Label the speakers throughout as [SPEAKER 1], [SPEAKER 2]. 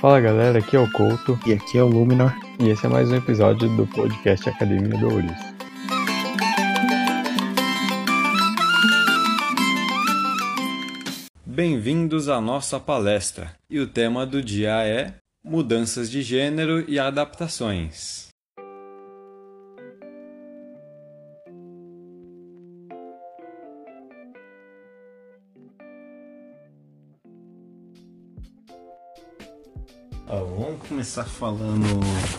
[SPEAKER 1] Fala galera, aqui é o Couto
[SPEAKER 2] E aqui é o Luminor.
[SPEAKER 1] e esse é mais um episódio do podcast Academia do Ouriço.
[SPEAKER 3] Bem-vindos à nossa palestra. E o tema do dia é Mudanças de gênero e adaptações.
[SPEAKER 2] Ó, vamos começar falando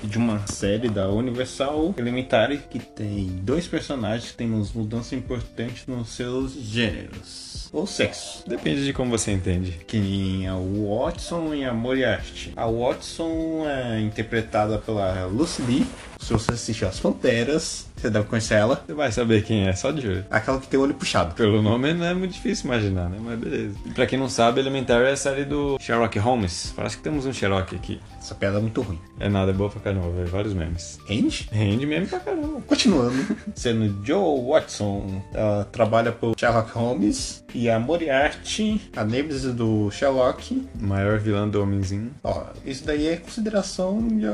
[SPEAKER 2] de uma série da Universal Elementary que tem dois personagens que têm uma mudança importante nos seus gêneros ou sexo.
[SPEAKER 3] Depende de como você entende.
[SPEAKER 2] Quem é o Watson e a Moriarty. A Watson é interpretada pela Lucy Lee. Se você assistiu As Panteras, você deve conhecer ela.
[SPEAKER 3] Você vai saber quem é, só de olho.
[SPEAKER 2] Aquela que tem o olho puxado.
[SPEAKER 3] Pelo nome não é muito difícil imaginar, né? Mas beleza. E pra quem não sabe, Elementary é a série do Sherlock Holmes. Parece que temos um Sherlock aqui.
[SPEAKER 2] Essa piada é muito ruim.
[SPEAKER 3] É nada, é boa pra caramba, velho. Vários memes.
[SPEAKER 2] Rende?
[SPEAKER 3] Rende meme pra caramba.
[SPEAKER 2] Continuando, sendo Joe Watson, ela trabalha por Sherlock Holmes e a Moriarty, a Nemesis do Sherlock.
[SPEAKER 3] Maior vilã do homenzinho.
[SPEAKER 2] Ó, isso daí é consideração de-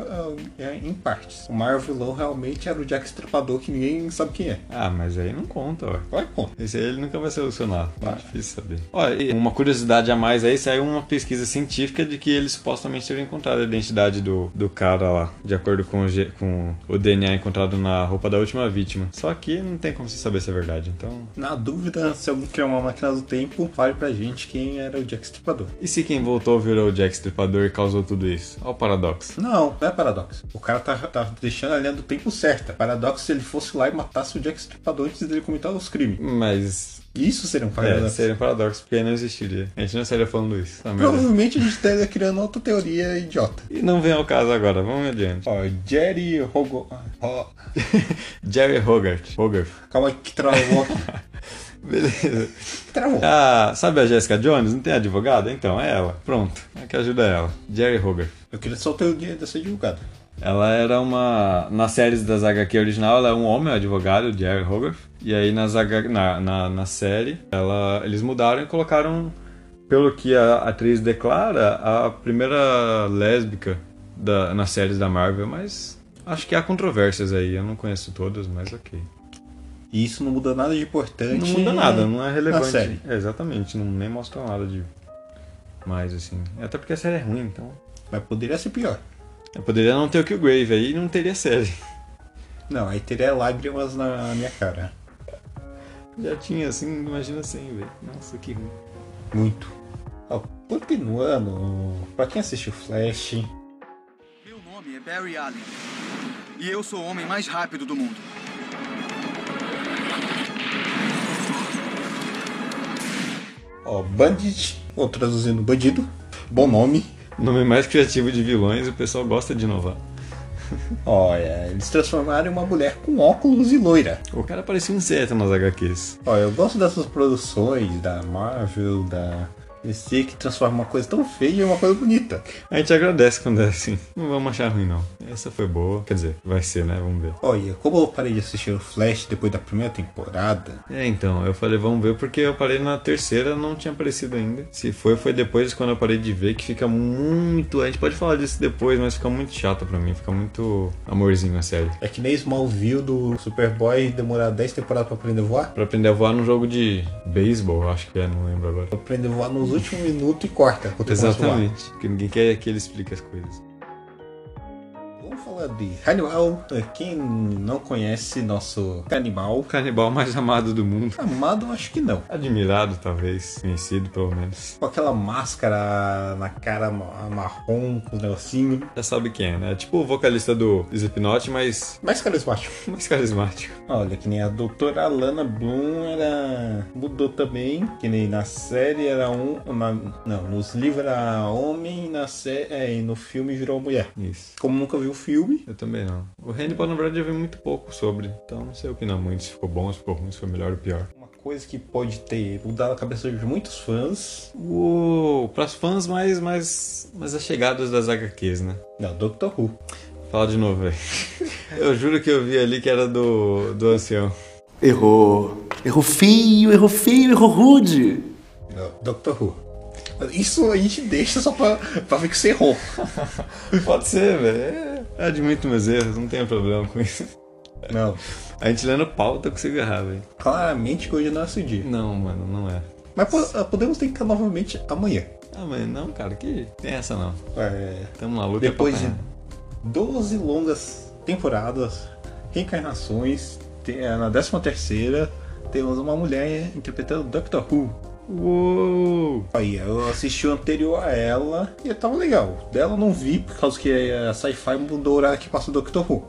[SPEAKER 2] é, em partes. O maior vilão realmente era o Jack Estripador, que ninguém sabe quem é.
[SPEAKER 3] Ah, mas aí não conta, ó.
[SPEAKER 2] Vai, pô.
[SPEAKER 3] Esse aí ele nunca vai solucionado.
[SPEAKER 2] Vai.
[SPEAKER 3] É difícil saber. Olha, e uma curiosidade a mais aí, saiu uma pesquisa científica de que ele supostamente teve encontrado a identidade do, do cara lá, de acordo com o, G- com o DNA encontrado na roupa da última vítima. Só que não tem como você saber se é verdade, então...
[SPEAKER 2] Na dúvida, se alguém criar uma máquina do tempo, fale pra gente quem era o Jack Estripador.
[SPEAKER 3] E se quem voltou virou o Jack Stripador e causou tudo isso? Olha o paradoxo.
[SPEAKER 2] Não, não é paradoxo. O cara tá, tá deixando a linha do tempo certa. Paradoxo se ele fosse lá e matasse o Jack Estripador antes dele cometer os crimes.
[SPEAKER 3] Mas...
[SPEAKER 2] Isso seria um paradoxo.
[SPEAKER 3] É, seria um paradoxo, porque aí não existiria. A gente não estaria falando isso. Tá, merda.
[SPEAKER 2] Provavelmente a gente estaria criando outra teoria idiota.
[SPEAKER 3] E não vem ao caso agora, vamos adiante.
[SPEAKER 2] Ó, Jerry Rogo... Ah, Ó,
[SPEAKER 3] Jerry Hogarth. Hogarth.
[SPEAKER 2] calma que travou.
[SPEAKER 3] Beleza.
[SPEAKER 2] travou.
[SPEAKER 3] Ah, sabe a Jessica Jones? Não tem advogada? Então, é ela. Pronto. É que ajuda ela. Jerry Hogarth.
[SPEAKER 2] Eu queria só ter o dia dessa divulgada.
[SPEAKER 3] Ela era uma. Nas séries das HQ original, ela é um homem, um advogado, o Jerry Hogarth. E aí nas H... na, na, na série, ela... eles mudaram e colocaram, pelo que a atriz declara, a primeira lésbica da... nas séries da Marvel, mas. Acho que há controvérsias aí, eu não conheço todas, mas ok.
[SPEAKER 2] E isso não muda nada de importante.
[SPEAKER 3] Não muda nada, não é relevante.
[SPEAKER 2] série.
[SPEAKER 3] É, exatamente, não, nem mostra nada de mais, assim. Até porque a série é ruim, então.
[SPEAKER 2] Mas poderia ser pior.
[SPEAKER 3] Eu poderia não ter o Killgrave aí e não teria série.
[SPEAKER 2] Não, aí teria lágrimas na minha cara.
[SPEAKER 3] Já tinha assim, imagina sem, velho. Nossa, que ruim.
[SPEAKER 2] Muito. Ó, continuando, pra quem assistiu Flash,
[SPEAKER 4] Meu nome é Barry Allen. E eu sou o homem mais rápido do mundo.
[SPEAKER 2] ó, Bandit, ou traduzindo Bandido, bom nome.
[SPEAKER 3] Nome mais criativo de vilões, o pessoal gosta de inovar.
[SPEAKER 2] Olha, é, eles transformaram uma mulher com óculos e loira.
[SPEAKER 3] O cara parecia um inseto nas HQs.
[SPEAKER 2] Ó, eu gosto dessas produções da Marvel, da DC, que transforma uma coisa tão feia em uma coisa bonita.
[SPEAKER 3] A gente agradece quando é assim. Não vamos achar ruim, não. Essa foi boa. Quer dizer, vai ser, né? Vamos ver.
[SPEAKER 2] Olha, como eu parei de assistir o Flash depois da primeira temporada,
[SPEAKER 3] É, então, eu falei, vamos ver, porque eu parei na terceira, não tinha aparecido ainda. Se foi, foi depois, quando eu parei de ver, que fica muito. A gente pode falar disso depois, mas fica muito chato pra mim, fica muito amorzinho a série.
[SPEAKER 2] é que nem Smallville do Superboy demorar 10 temporadas pra aprender a voar.
[SPEAKER 3] Pra aprender a voar num jogo de beisebol, acho que é, não lembro agora.
[SPEAKER 2] Aprender a voar nos últimos minutos e corta. quando eu começo a voar.
[SPEAKER 3] Exatamente, porque ninguém quer que ele explique as coisas.
[SPEAKER 2] Vamos falar de Hannibal. É, Quem não conhece nosso canibal,
[SPEAKER 3] O canibal mais amado do mundo.
[SPEAKER 2] amado eu acho que não.
[SPEAKER 3] Admirado, talvez, conhecido pelo menos.
[SPEAKER 2] Com aquela máscara na cara ma- marrom, com os negocinho.
[SPEAKER 3] Já sabe quem é, né? Tipo o vocalista do Slipknot, mas
[SPEAKER 2] Mais carismático.
[SPEAKER 3] mais carismático.
[SPEAKER 2] Olha, que nem a doutora Alana Bloom era. mudou também. Que nem na série era um. na- não, nos livros era homem na série, é, e no filme virou mulher.
[SPEAKER 3] Isso.
[SPEAKER 2] Como nunca vi o filme,
[SPEAKER 3] Eu também não. O Hannibal, na verdade, eu vi muito pouco sobre, então não sei opinar muito se ficou bom, se ficou ruim, se foi melhor ou pior.
[SPEAKER 2] uma coisa que pode ter mudado a cabeça de muitos fãs.
[SPEAKER 3] Uou, pras fãs mais, mais, mais achegadas das HQs, né?
[SPEAKER 2] Não, é Doctor Who.
[SPEAKER 3] Fala de novo aí. Eu juro que eu vi ali que era do, do ancião.
[SPEAKER 5] Errou. Errou feio, errou feio, errou rude.
[SPEAKER 2] Não, É Doctor Who. Isso a gente deixa só pra, pra ver que você errou.
[SPEAKER 3] Pode ser, velho. É, Eu Admito meus erros, não tenho problema com isso.
[SPEAKER 2] Não.
[SPEAKER 3] A gente lendo pauta eu consigo errar, velho.
[SPEAKER 2] Claramente que hoje não é nosso dia.
[SPEAKER 3] Não, mano, não é.
[SPEAKER 2] Mas po- podemos tentar novamente amanhã.
[SPEAKER 3] Ah, mas não, cara, que tem essa não.
[SPEAKER 2] É,
[SPEAKER 3] Tamo maluco. é
[SPEAKER 2] Depois
[SPEAKER 3] pra
[SPEAKER 2] de
[SPEAKER 3] caralho.
[SPEAKER 2] 12 longas temporadas, reencarnações, te- eh, na 13 terceira temos uma mulher interpretando Doctor Who.
[SPEAKER 3] Uou!
[SPEAKER 2] Aí, eu assisti o anterior a ela e tava legal. Dela eu não vi, por causa que eh, a Sci-Fi mudou o horário que passa o Doctor Who.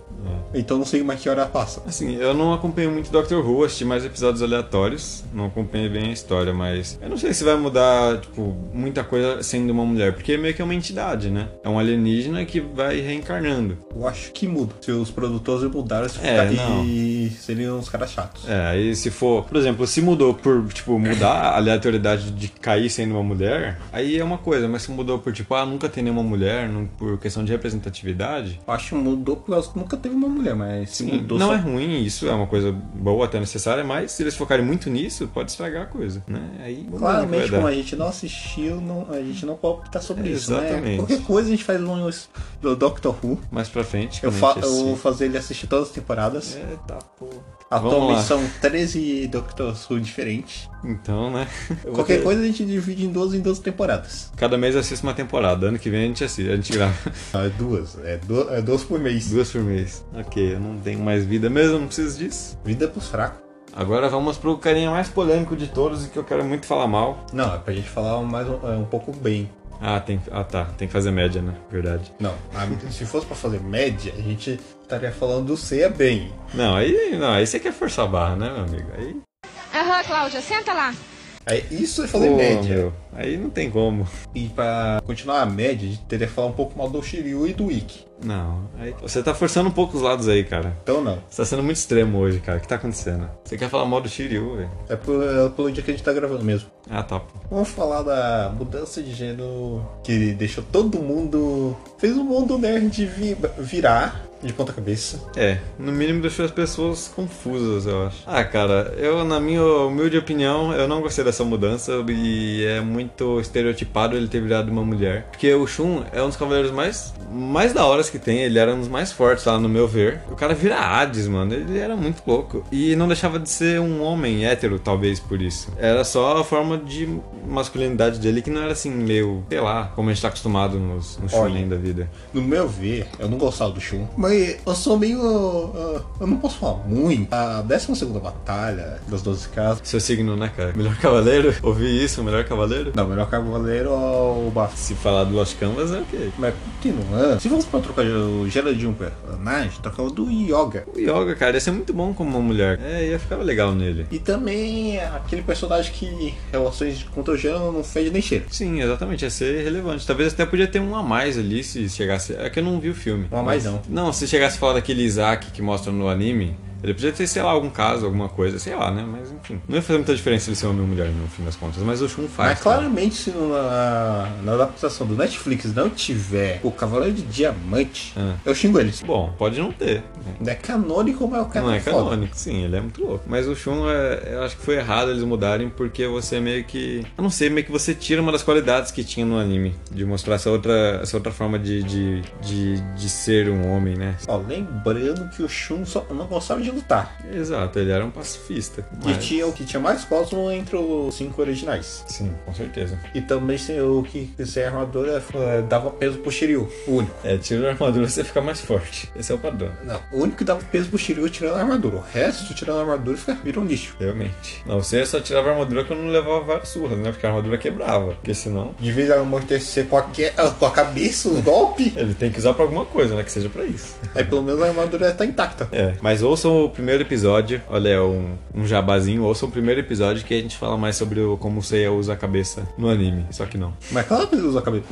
[SPEAKER 3] É.
[SPEAKER 2] Então não sei mais que hora passa.
[SPEAKER 3] Assim, eu não acompanho muito Doctor Who, assisti mais episódios aleatórios, não acompanhei bem a história, mas eu não sei se vai mudar, tipo, muita coisa sendo uma mulher, porque meio que é uma entidade, né? É um alienígena que vai reencarnando.
[SPEAKER 2] Eu acho que muda. Se os produtores mudaram, se
[SPEAKER 3] É,
[SPEAKER 2] ficar-
[SPEAKER 3] não.
[SPEAKER 2] e seriam uns caras chatos.
[SPEAKER 3] É, aí se for, por exemplo, se mudou por, tipo, mudar a aleatoriedade de cair sendo uma mulher, aí é uma coisa, mas se mudou por, tipo, ah, nunca tem nenhuma mulher, não- por questão de representatividade,
[SPEAKER 2] Eu acho que mudou por causa que nunca teve uma mulher, mas se mudou
[SPEAKER 3] não
[SPEAKER 2] só
[SPEAKER 3] é ruim, isso é uma coisa boa, até necessária, mas se eles focarem muito nisso, pode estragar a coisa, né? Aí vamos ver o que vai
[SPEAKER 2] Claramente,
[SPEAKER 3] dar.
[SPEAKER 2] como a gente não assistiu, não- a gente não pode optar sobre
[SPEAKER 3] É,
[SPEAKER 2] isso, né?
[SPEAKER 3] exatamente.
[SPEAKER 2] Qualquer coisa a gente faz um do Doctor Who.
[SPEAKER 3] Mais pra frente,
[SPEAKER 2] Eu,
[SPEAKER 3] comente
[SPEAKER 2] fa- eu
[SPEAKER 3] esse-
[SPEAKER 2] vou fazer ele assistir todas as temporadas.
[SPEAKER 3] assim. É, tá, pô. Vamos
[SPEAKER 2] Atualmente
[SPEAKER 3] lá.
[SPEAKER 2] são 13 Doctor Who diferentes.
[SPEAKER 3] Então, né? Eu vou
[SPEAKER 2] Qualquer
[SPEAKER 3] ter-
[SPEAKER 2] coisa a gente divide em 12 em 12 temporadas.
[SPEAKER 3] Cada mês eu assisto uma temporada. Ano que vem a gente assiste, a gente grava
[SPEAKER 2] Ah, é duas. É, du- é duas por mês.
[SPEAKER 3] duas por mês. Ok, eu não tenho mais vida mesmo, não preciso disso.
[SPEAKER 2] Vida pros fracos.
[SPEAKER 3] Agora vamos pro carinha mais polêmico de todos e que eu quero muito falar mal.
[SPEAKER 2] Não, é pra gente falar mais um, é, um pouco bem.
[SPEAKER 3] Ah, tem. Ah tá, tem que fazer média, né? Verdade.
[SPEAKER 2] Não, a- Ah, se fosse pra fazer média, a gente estaria falando do C é bem.
[SPEAKER 3] Não, aí. Não, aí você quer forçar a barra, né, meu amigo? Aí.
[SPEAKER 5] Aham, Cláudia, senta lá.
[SPEAKER 2] É, isso é fazer
[SPEAKER 3] Pô,
[SPEAKER 2] média.
[SPEAKER 3] meu, aí não tem como.
[SPEAKER 2] E pra continuar a média, a gente teria que falar um pouco mal do Shiryu e do Ikki.
[SPEAKER 3] Não, aí. Você tá forçando um pouco os lados aí, cara.
[SPEAKER 2] Então não.
[SPEAKER 3] Você tá sendo muito extremo hoje, cara. O que tá acontecendo? Você quer falar mal do Shiryu, velho?
[SPEAKER 2] É pelo, é pelo dia que a gente tá gravando mesmo.
[SPEAKER 3] Ah, tá, pô.
[SPEAKER 2] Vamos falar da mudança de gênero que deixou todo mundo. Fez o mundo nerd vi- virar de ponta cabeça.
[SPEAKER 3] É, no mínimo deixou as pessoas confusas, eu acho. Ah, cara, eu, na minha humilde opinião, eu não gostei dessa mudança e é muito estereotipado ele ter virado uma mulher. Porque o Shun é um dos cavaleiros mais, mais da horas que tem, ele era um dos mais fortes lá, no meu ver. O cara vira Hades, mano, ele era muito louco. E não deixava de ser um homem hétero, talvez por isso. Era só a forma de masculinidade dele que não era assim, meio, sei lá, como a gente tá acostumado nos, nos
[SPEAKER 2] Olha.
[SPEAKER 3] Shunen da vida.
[SPEAKER 2] No meu ver, eu não gostava do Shun. Mas eu sou meio. ah, eu não posso falar muito. A 12 Batalha das 12 Casas.
[SPEAKER 3] Seu signo, né, cara? Melhor cavaleiro? Ouvi isso, melhor cavaleiro?
[SPEAKER 2] Não, o melhor cavaleiro é o Bafo.
[SPEAKER 3] Se falar do Lost Canvas, é ok.
[SPEAKER 2] Mas continuando, se fosse pra trocar o gênero de um personagem, trocava do Yoga.
[SPEAKER 3] O Yoga, cara, ia ser muito bom como uma mulher. É, ia ficar legal nele.
[SPEAKER 2] E também aquele personagem que relações contra o gênero não fez nem cheiro.
[SPEAKER 3] Sim, exatamente, ia ser relevante. Talvez até podia ter um a mais ali se chegasse. É que eu não vi o filme.
[SPEAKER 2] Um a mais não.
[SPEAKER 3] Não, se chegasse a falar daquele Isaac que mostra no anime, ele podia ter, sei lá, algum caso, alguma coisa, sei lá, né? Mas enfim. Não ia fazer muita diferença ele ser homem ou mulher no fim das contas, mas o Shun faz.
[SPEAKER 2] Mas
[SPEAKER 3] cara.
[SPEAKER 2] claramente, se na, na adaptação do Netflix não tiver o Cavaleiro de Diamante,
[SPEAKER 3] Ah.
[SPEAKER 2] eu xingo eles.
[SPEAKER 3] Bom, pode não ter. né?
[SPEAKER 2] Não é canônico, mas é o cara
[SPEAKER 3] Não é
[SPEAKER 2] foda.
[SPEAKER 3] canônico, sim, ele é muito louco. Mas o Shun, é, eu acho que foi errado eles mudarem, porque você meio que. Eu não sei, meio que você tira uma das qualidades que tinha no anime, de mostrar essa outra, essa outra forma de, de, de, de ser um homem, né?
[SPEAKER 2] Ó, lembrando que o Shun só não gostava de lutar.
[SPEAKER 3] Exato, ele era um pacifista.
[SPEAKER 2] E tinha o que tinha mais cosmo entre os cinco originais.
[SPEAKER 3] Sim, com certeza.
[SPEAKER 2] E também se- o que sem armadura eh, dava peso pro Shiryu. O único.
[SPEAKER 3] É, tira a armadura você fica mais forte. Esse é o padrão.
[SPEAKER 2] Não, o único que dava peso pro Shiryu tirando a armadura. O resto, tirando a armadura, fica, vira um lixo.
[SPEAKER 3] Realmente. Não, você só tirava a armadura quando não levava várias surras, né? Porque a armadura quebrava. Porque senão,
[SPEAKER 2] De vez em amortecer com a, que- com a cabeça, um golpe.
[SPEAKER 3] ele tem que usar pra alguma coisa, né? Que seja pra isso.
[SPEAKER 2] Aí pelo menos a armadura tá intacta.
[SPEAKER 3] É, mas ouçam o primeiro episódio, olha, é um, um jabazinho, ouçam o primeiro episódio que a gente fala mais sobre o, como o Seiya usa a cabeça no anime, só que não.
[SPEAKER 2] Mas claro que ele usa a cabeça.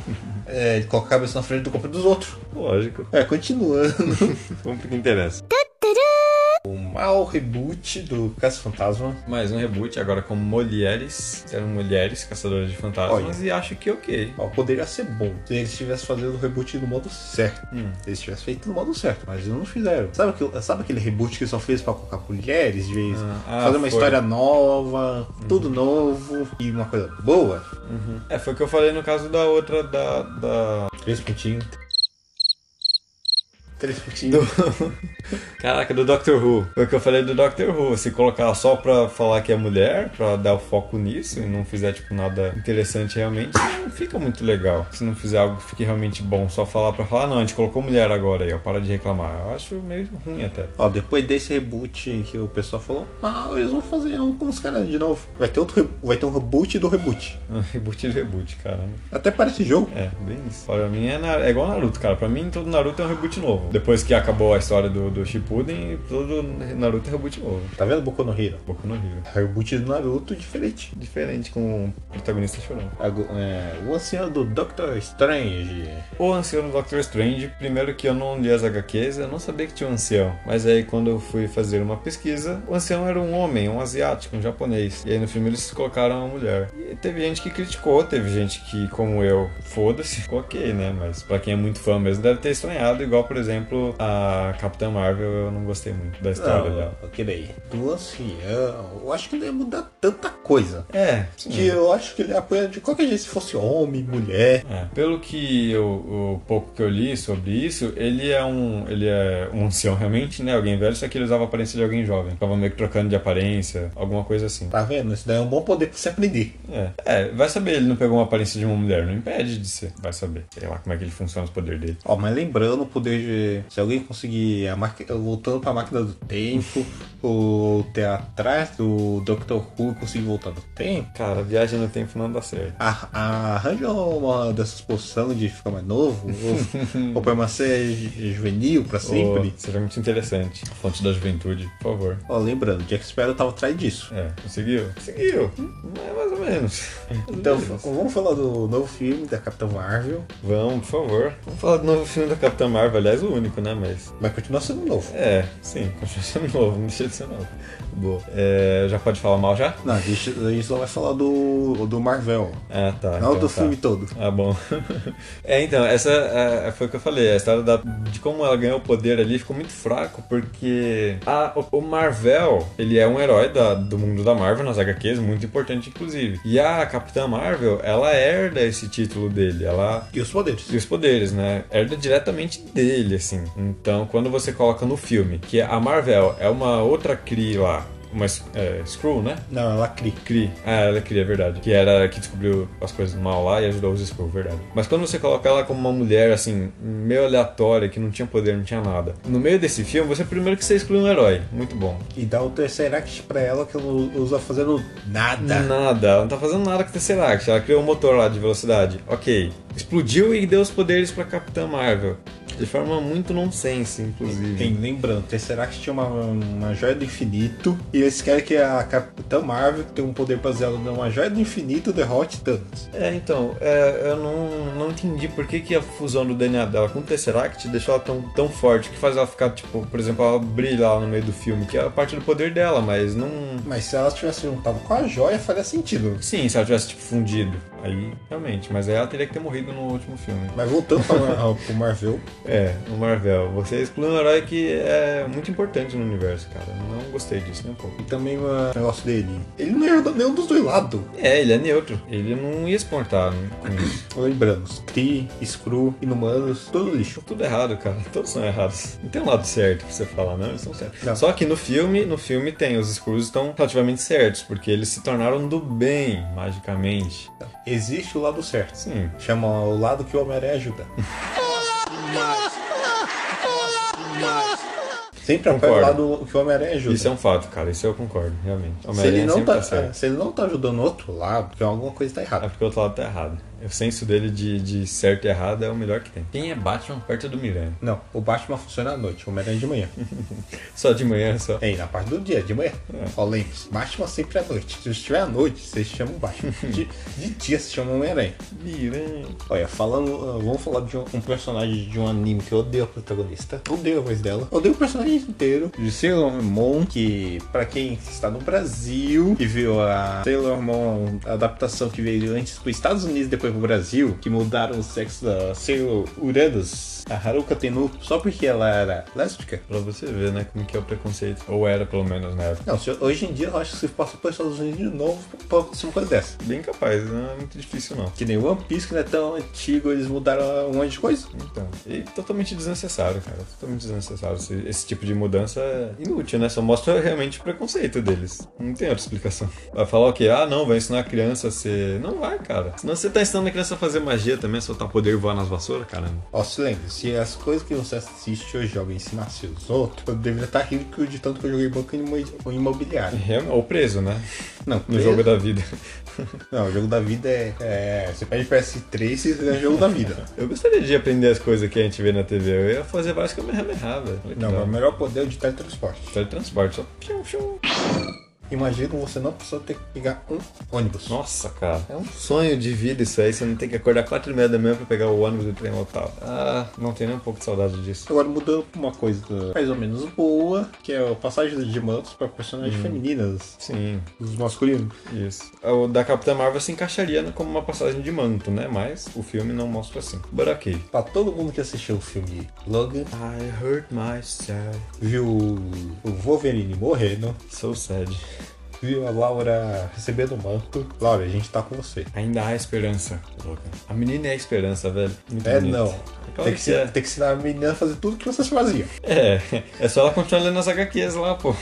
[SPEAKER 2] É, ele coloca a cabeça na frente do corpo dos outros.
[SPEAKER 3] Lógico,
[SPEAKER 2] É, continuando.
[SPEAKER 3] vamos pro que interessa.
[SPEAKER 2] O ao reboot do Caça Fantasma.
[SPEAKER 3] Mais um reboot, agora com mulheres. Eram mulheres caçadoras de fantasmas
[SPEAKER 2] Olha.
[SPEAKER 3] e acho que ok.
[SPEAKER 2] Ó, poderia ser bom se eles tivessem fazendo o reboot do modo certo. Se eles tivessem feito do modo certo, mas eles não fizeram. Sabe, aquilo- sabe aquele reboot que só fez pra colocar mulheres de vez?
[SPEAKER 3] Ah, ah,
[SPEAKER 2] fazer uma
[SPEAKER 3] foi.
[SPEAKER 2] história nova, tudo novo e uma coisa boa?
[SPEAKER 3] É, foi o que eu falei no caso da outra, da. da...
[SPEAKER 2] Três pontinhos. Três
[SPEAKER 3] Do...
[SPEAKER 2] pontinhos.
[SPEAKER 3] Caraca, do Doctor Who. Foi o que eu falei do Doctor Who. Se colocar só pra falar que é mulher, pra dar o foco nisso e não fizer, tipo, nada interessante realmente, não fica muito legal. Se não fizer algo que fique realmente bom, só falar pra falar, "Ah, não, a gente colocou mulher agora aí, ó, para de reclamar. Eu acho meio ruim até.
[SPEAKER 2] Ó, depois desse reboot que o pessoal falou, ah, eles vão fazer um com os caras de novo. Vai ter, outro, re- vai ter um reboot do reboot.
[SPEAKER 3] Reboot de reboot, caramba.
[SPEAKER 2] Até parece jogo.
[SPEAKER 3] É, bem isso. Pra mim é, na- é igual Naruto, cara. Pra mim todo Naruto é um reboot novo. Depois que acabou a história do, do Shippuden, todo Naruto é reboot novo.
[SPEAKER 2] Tá vendo Boku no Hero?
[SPEAKER 3] Boku no Hero.
[SPEAKER 2] Reboot do Naruto diferente.
[SPEAKER 3] Diferente com o protagonista chorando.
[SPEAKER 2] Agu- é, o ancião do Doctor Strange.
[SPEAKER 3] O ancião do Doctor Strange, primeiro que eu não li as HQs, eu não sabia que tinha um ancião. Mas aí quando eu fui fazer uma pesquisa, o ancião era um homem, um asiático, um japonês. E aí no filme eles colocaram uma mulher. E teve gente que criticou, teve gente que, como eu, foda-se, coloquei, né? Mas pra quem é muito fã mesmo, deve ter estranhado, igual por exemplo a Capitã Marvel, eu não gostei muito da história dela.
[SPEAKER 2] Não, aquele aí. Do ancião. Eu acho que não ia mudar tanta coisa.
[SPEAKER 3] É, sim.
[SPEAKER 2] Que eu acho que ele apoia de qualquer jeito, se fosse homem, mulher.
[SPEAKER 3] É. Pelo que eu, o pouco que eu li sobre isso, ele é um ele é um ancião realmente, né? Alguém velho, só que ele usava a aparência de alguém jovem. Tava meio que trocando de aparência, alguma coisa assim.
[SPEAKER 2] Tá vendo? Isso daí é um bom poder pra se aprender.
[SPEAKER 3] É. É, vai saber, ele não pegou uma aparência de uma mulher, não impede de ser. Vai saber. Sei lá como é que ele funciona os poderes dele.
[SPEAKER 2] Ó, mas lembrando o poder de. Se alguém conseguir. A maqui- voltando pra máquina do tempo, ou ter atrás do Dr. Who e conseguir voltar no tempo.
[SPEAKER 3] Cara, viagem no tempo não dá certo.
[SPEAKER 2] a- a- Arranja uma dessas poções de ficar mais novo, ou, ou permanecer ju- juvenil pra sempre.
[SPEAKER 3] Ô, seria muito interessante. Fonte da juventude, por favor.
[SPEAKER 2] Ó, lembrando, Jack Sparrow tava atrás disso.
[SPEAKER 3] É, conseguiu? Conseguiu. Hum, É mais ou menos.
[SPEAKER 2] Então, vamos falar do novo filme da Capitã Marvel.
[SPEAKER 3] Vamos, por favor. Vamos falar do novo filme da Capitã Marvel, aliás, o único, né? Mas.
[SPEAKER 2] Vai continuar sendo novo.
[SPEAKER 3] É, sim, continua sendo novo, não deixa de ser novo. Boa. É, já pode falar mal já?
[SPEAKER 2] Não, a gente, a gente só vai falar do, do Marvel.
[SPEAKER 3] Ah, tá.
[SPEAKER 2] Não
[SPEAKER 3] então
[SPEAKER 2] do
[SPEAKER 3] tá.
[SPEAKER 2] filme todo.
[SPEAKER 3] Ah, bom. é, então, essa é, foi o que eu falei. A história da- de como ela ganhou o poder ali ficou muito fraco, porque a, o, o Marvel, ele é um herói da- do mundo da Marvel, nas HQs, muito importante, inclusive. E a Capitã Marvel, ela herda esse título dele. Ela
[SPEAKER 2] E os poderes.
[SPEAKER 3] e os poderes, né? Herda diretamente dele, assim. Então, quando você coloca no filme que a Marvel é uma outra Kree lá, uma S- é, Skrull, né?
[SPEAKER 2] Não, ela cria.
[SPEAKER 3] Kree. Ah, ela é Kree, é verdade. Que era a que descobriu as coisas do mal lá e ajudou os Skrull, verdade. Mas quando você coloca ela como uma mulher, assim, meio aleatória, que não tinha poder, não tinha nada. No meio desse filme, você primeiro que você exclui um herói. Muito bom.
[SPEAKER 2] E dá o terceiro act pra ela que ela não usa fazendo nada.
[SPEAKER 3] Nada, ela não tá fazendo nada com o Tesseract. Ela criou um motor lá de velocidade. Ok. Explodiu e deu os poderes pra Capitã Marvel. De forma muito nonsense, inclusive.
[SPEAKER 2] Tem, lembrando, Tesseract tinha uma, uma joia do infinito. E eles querem que a Capitã Marvel, que tem um poder baseado numa joia do infinito, derrote Thanos.
[SPEAKER 3] É, então, é, eu não, não entendi por que, que a fusão do DNA dela com o Tesseract deixou ela tão, tão forte. que faz ela ficar, tipo, por exemplo, ela brilha lá no meio do filme, que é a parte do poder dela, mas não.
[SPEAKER 2] Mas se ela tivesse juntado com a joia, faria sentido.
[SPEAKER 3] Sim, se ela tivesse, tipo, fundido. Aí, realmente, mas aí ela teria que ter morrido no último filme.
[SPEAKER 2] Mas voltando pra, ao- pro Marvel,
[SPEAKER 3] É, o Marvel. Você exclui um herói que é muito importante no universo, cara. Não gostei disso nem um pouco.
[SPEAKER 2] e também o negócio dele. Ele não ajuda nenhum dos dois lados.
[SPEAKER 3] É, ele é neutro. Ele não ia se portar com isso.
[SPEAKER 2] Lembrando, os Kree, Screw, Inumanos, tudo lixo.
[SPEAKER 3] Tá Tudo errado, cara. Todos são errados. Não tem um lado certo pra você falar, não. Eles são certos.
[SPEAKER 2] Não.
[SPEAKER 3] Só que no filme, no filme tem. Os Skrulls estão relativamente certos, porque eles se tornaram do bem, magicamente. Assim,
[SPEAKER 2] Existe o lado certo.
[SPEAKER 3] Sim.
[SPEAKER 2] Chama o lado que o Homem-Aranha ajuda. Sempre apoia o
[SPEAKER 3] Concordo.
[SPEAKER 2] lado que o Homem-Aranha ajuda.
[SPEAKER 3] Isso é um fato, cara. Isso eu concordo, realmente.
[SPEAKER 2] se,
[SPEAKER 3] Homem-Aranha
[SPEAKER 2] ele não
[SPEAKER 3] sempre
[SPEAKER 2] tá,
[SPEAKER 3] tá certo.
[SPEAKER 2] se ele não tá ajudando o outro lado, tem alguma coisa que tá
[SPEAKER 3] É
[SPEAKER 2] errada.
[SPEAKER 3] porque o outro lado tá errado. O senso dele de, de certo e errado é o melhor que tem. Quem é Batman perto do Miranha?
[SPEAKER 2] Não, o Batman funciona à noite, o Homem-Aranha de manhã.
[SPEAKER 3] Só de manhã, só.
[SPEAKER 2] É, e na parte do dia, de manhã.
[SPEAKER 3] É.
[SPEAKER 2] Ó, lembre-se, Batman sempre à noite. Se estiver à noite, vocês chamam Batman. De, de dia, se chamam Homem-Aranha.
[SPEAKER 3] Miranha.
[SPEAKER 2] Olha, falando, ah, vamos falar de um, um personagem de um anime que eu odeio a protagonista, odeio a voz dela, odeio o personagem inteiro de Sailor Moon, que pra quem está no Brasil e viu a Sailor Moon, a adaptação que veio antes pros Estados Unidos depois pro Brasil, que mudaram o sexo da Sailor Uranus, a Haruka Tenu, só porque ela era lésbica.
[SPEAKER 3] Pra você ver, né, como que é o preconceito. Ou era, pelo menos, na época.
[SPEAKER 2] Não, se- hoje em dia eu acho que se passa pros Estados Unidos de novo, passa uma coisa dessa.
[SPEAKER 3] Bem capaz, não é muito difícil, não.
[SPEAKER 2] Que nem One Piece, que não é tão antigo, eles mudaram um monte de coisa.
[SPEAKER 3] Então, e totalmente desnecessário, cara. Totalmente desnecessário. Esse, esse tipo de mudança é inútil, né? Só mostra realmente o preconceito deles. Não tem outra explicação. Vai falar o quê? Ah, não, vai ensinar a criança a ser. Não vai, cara. Senão você tá ensinando a criança a fazer magia também, a soltar poder e voar nas vassouras, caramba.
[SPEAKER 2] Ó, se lembre, se as coisas que você assiste ou joga ensinar seus outros, eu deveria estar rico de tanto que eu joguei banco imo- imobiliário.
[SPEAKER 3] Real- Ou preso, né?
[SPEAKER 2] Não,
[SPEAKER 3] No jogo da vida.
[SPEAKER 2] Não, o jogo da vida é. é, você pede PS3 e você ganha o jogo da vida.
[SPEAKER 3] Eu gostaria de aprender as coisas que a gente vê na TV. Eu ia fazer vários Kamehameha, velho. Olha que da
[SPEAKER 2] Não, mas
[SPEAKER 3] hora.
[SPEAKER 2] o melhor poder é o de teletransporte.
[SPEAKER 3] Teletransporte, só. um, Piu, piu.
[SPEAKER 2] Imagina você não precisa ter que pegar um ônibus.
[SPEAKER 3] Nossa, cara. É um sonho de vida isso aí. Você não tem que acordar 4 e meia da manhã pra pegar o ônibus do trem local. Ah, não tenho nem um pouco de saudade disso.
[SPEAKER 2] Agora mudando pra uma coisa mais ou menos boa, que é a passagem de mantos pra personagens femininas,
[SPEAKER 3] Sim,
[SPEAKER 2] os masculinos.
[SPEAKER 3] isso. O da Capitã Marvel se encaixaria no- como uma passagem de manto, né? Mas o filme não mostra assim. But ok.
[SPEAKER 2] Pra todo mundo que assistiu o filme Logan,
[SPEAKER 3] I hurt myself.
[SPEAKER 2] viu o Wolverine morrendo,
[SPEAKER 3] So sad.
[SPEAKER 2] viu a Laura recebendo o manto. Laura, a gente tá com você.
[SPEAKER 3] Ainda há esperança. Logan. A menina é a esperança, velho. Muito
[SPEAKER 2] É
[SPEAKER 3] bonito.
[SPEAKER 2] não.
[SPEAKER 3] Claro
[SPEAKER 2] Tem
[SPEAKER 3] que
[SPEAKER 2] que, ser-
[SPEAKER 3] é.
[SPEAKER 2] tem que ensinar a menina a fazer tudo que vocês faziam.
[SPEAKER 3] É, é só ela continuar lendo as HQs lá, pô.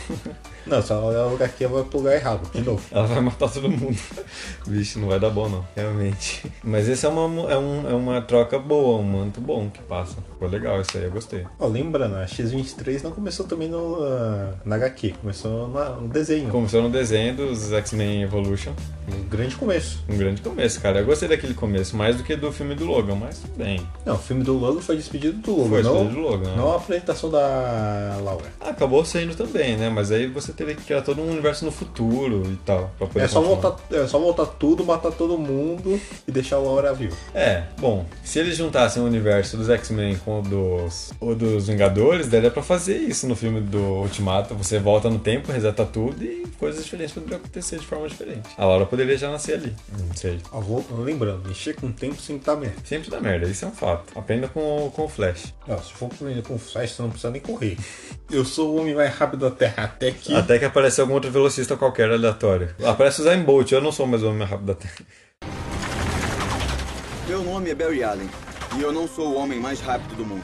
[SPEAKER 2] Não, se ela olhar o HQ, ela vai pro lugar errado,
[SPEAKER 3] Uhum.
[SPEAKER 2] de novo.
[SPEAKER 3] Ela vai matar todo mundo. Vixe, não vai dar bom, não. Realmente. Mas essa é uma, é um- é uma troca boa, um manto bom que passa. Ficou legal isso aí, eu gostei.
[SPEAKER 2] Ó, lembrando, a X23 não começou também no, ah, na HQ, começou na- no desenho.
[SPEAKER 3] Começou no desenho dos X-Men Evolution.
[SPEAKER 2] Um grande começo.
[SPEAKER 3] Um grande começo, cara. Eu gostei daquele começo, mais do que do filme do Logan, mas tudo bem.
[SPEAKER 2] Não, o filme do Logan foi despedido do Logan,
[SPEAKER 3] Foi
[SPEAKER 2] não,
[SPEAKER 3] não, do Logan. né?
[SPEAKER 2] não a apresentação da Laura.
[SPEAKER 3] Ah, acabou saindo também, né? Mas aí você teria que criar todo um universo no futuro e tal. Pra poder
[SPEAKER 2] É só,
[SPEAKER 3] continuar.
[SPEAKER 2] voltar, é só voltar tudo, matar todo mundo e deixar a Laura viva.
[SPEAKER 3] É, bom, se eles juntassem o universo dos X-Men com o dos, o dos Vingadores, daria pra fazer isso no filme do Ultimato. Você volta no tempo, reseta tudo e coisas diferentes poderiam acontecer de forma diferente. A Laura poderia já nascer ali. Não sei.
[SPEAKER 2] Ó, vou- lembrando, mexer com o tempo sem estar merda.
[SPEAKER 3] Sempre dá merda, isso é um fato. Aprenda com, o- com o Flash.
[SPEAKER 2] Não, se for pra ele com flash, você não precisa nem correr. Eu sou o homem mais rápido da Terra, até que.
[SPEAKER 3] Até que aparece algum outro velocista qualquer aleatório. Aparece o Zayn Bolt, eu não sou mais o homem mais rápido da Terra.
[SPEAKER 4] Meu nome é Barry Allen. E eu não sou o homem mais rápido do mundo.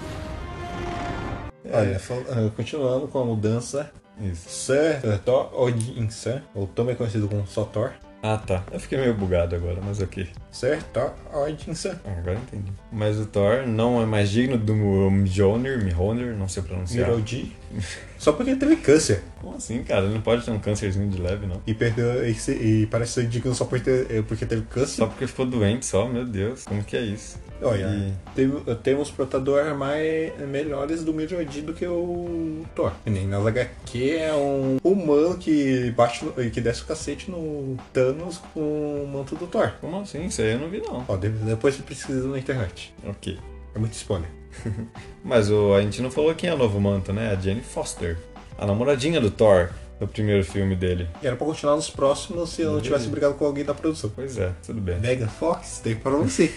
[SPEAKER 2] Olha, fal- ah, continuando com a mudança,
[SPEAKER 3] Isso.
[SPEAKER 2] Sir Thor Odin Sir, ou também conhecido como só Thor,
[SPEAKER 3] Ah, tá. Eu fiquei meio bugado agora, mas ok.
[SPEAKER 2] Sir Thor Odin Sir.
[SPEAKER 3] Ah, agora eu entendi. Mas o Thor não é mais digno do Mjolnir, Mjolnir, não sei pronunciar.
[SPEAKER 2] Mirodi. Só porque ele teve câncer
[SPEAKER 3] Como assim, cara? Ele não pode ter um câncerzinho de leve, não.
[SPEAKER 2] e perdeu e, se- e parece ser digno só por ter- eh, porque teve câncer.
[SPEAKER 3] Só porque ficou doente só, meu Deus. Como que é isso?
[SPEAKER 2] Olha,
[SPEAKER 3] E-
[SPEAKER 2] teve- temos portadores mais melhores do Mirodi do que o Thor. Que Nem nas HQ é um humano que bate no- que desce o cacete no Thanos com o manto do Thor.
[SPEAKER 3] Como assim? Isso aí eu não vi, não.
[SPEAKER 2] Ó, de- depois você pesquisa na internet.
[SPEAKER 3] Ok.
[SPEAKER 2] É muito spoiler.
[SPEAKER 3] Mas o, a gente não falou quem é o novo manto, né? A Jane Foster. A namoradinha do Thor, no primeiro filme dele.
[SPEAKER 2] E era pra continuar nos próximos se eu não tivesse brigado com alguém da produção.
[SPEAKER 3] Pois é, tudo bem.
[SPEAKER 2] Megan Fox, tem pra você.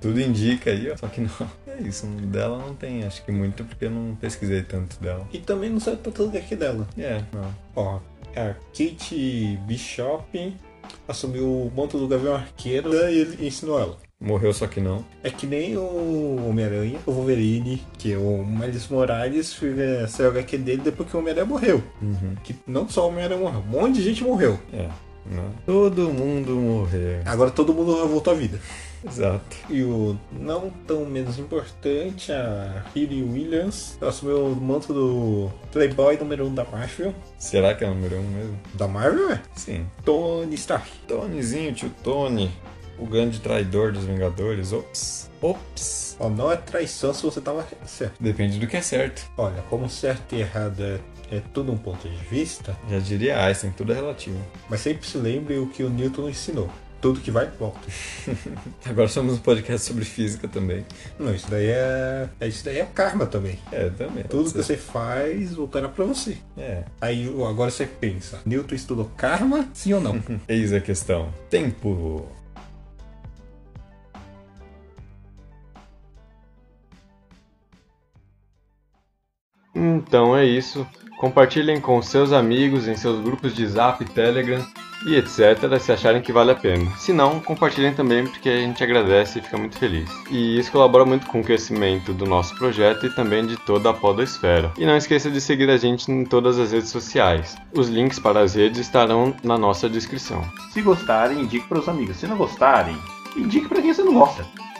[SPEAKER 3] Tudo indica aí, ó. Só que não. É isso, dela não tem, acho que muito, porque eu não pesquisei tanto dela.
[SPEAKER 2] e também não saiu tanto daqui dela.
[SPEAKER 3] É, não.
[SPEAKER 2] Ó, é a Kate Bishop assumiu o manto do Gavião Arqueiro e ele ensinou ela.
[SPEAKER 3] Morreu, só que não.
[SPEAKER 2] É que nem o Homem-Aranha, o Wolverine, que é o Miles Morales fica- saiu o HQ dele depois que o Homem-Aranha morreu.
[SPEAKER 3] Uhum.
[SPEAKER 2] Que não só o Homem-Aranha morreu, um monte de gente morreu.
[SPEAKER 3] É. Não. Todo mundo morreu.
[SPEAKER 2] Agora todo mundo voltou à vida.
[SPEAKER 3] Exato.
[SPEAKER 2] E o não tão menos importante, a Hilary Williams, ela assumiu o manto do Playboy número 1 um da Marvel.
[SPEAKER 3] Será que é o número um mesmo?
[SPEAKER 2] Da Marvel, é?
[SPEAKER 3] Sim.
[SPEAKER 2] Tony Stark.
[SPEAKER 3] Tonyzinho, tio Tony.
[SPEAKER 6] o grande traidor dos Vingadores. Ops. Ops.
[SPEAKER 2] Ó, não é traição se você tava certo.
[SPEAKER 6] Depende do que é certo.
[SPEAKER 2] Olha, como certo e errado é, é tudo um ponto de vista,
[SPEAKER 6] Já diria Einstein, tudo é relativo.
[SPEAKER 2] mas sempre se lembre o que o Newton ensinou. Tudo que vai, volta.
[SPEAKER 6] Agora somos um podcast sobre física também.
[SPEAKER 2] Não, isso daí é. é- Isso daí é karma também.
[SPEAKER 6] É, também.
[SPEAKER 2] Tudo que você faz voltará pra você.
[SPEAKER 6] É.
[SPEAKER 2] Aí agora você pensa, Newton estudou karma? Sim ou não?
[SPEAKER 6] Eis a questão. Tempo.
[SPEAKER 3] Então é isso. Compartilhem com seus amigos em seus grupos de zap, telegram e etc. se acharem que vale a pena. Se não, compartilhem também porque a gente agradece e fica muito feliz. E isso colabora muito com o crescimento do nosso projeto e também de toda a podosfera. E não esqueça de seguir a gente em todas as redes sociais. Os links para as redes estarão na nossa descrição.
[SPEAKER 7] Se gostarem, indique para os amigos. Se não gostarem, indique para quem você não gosta.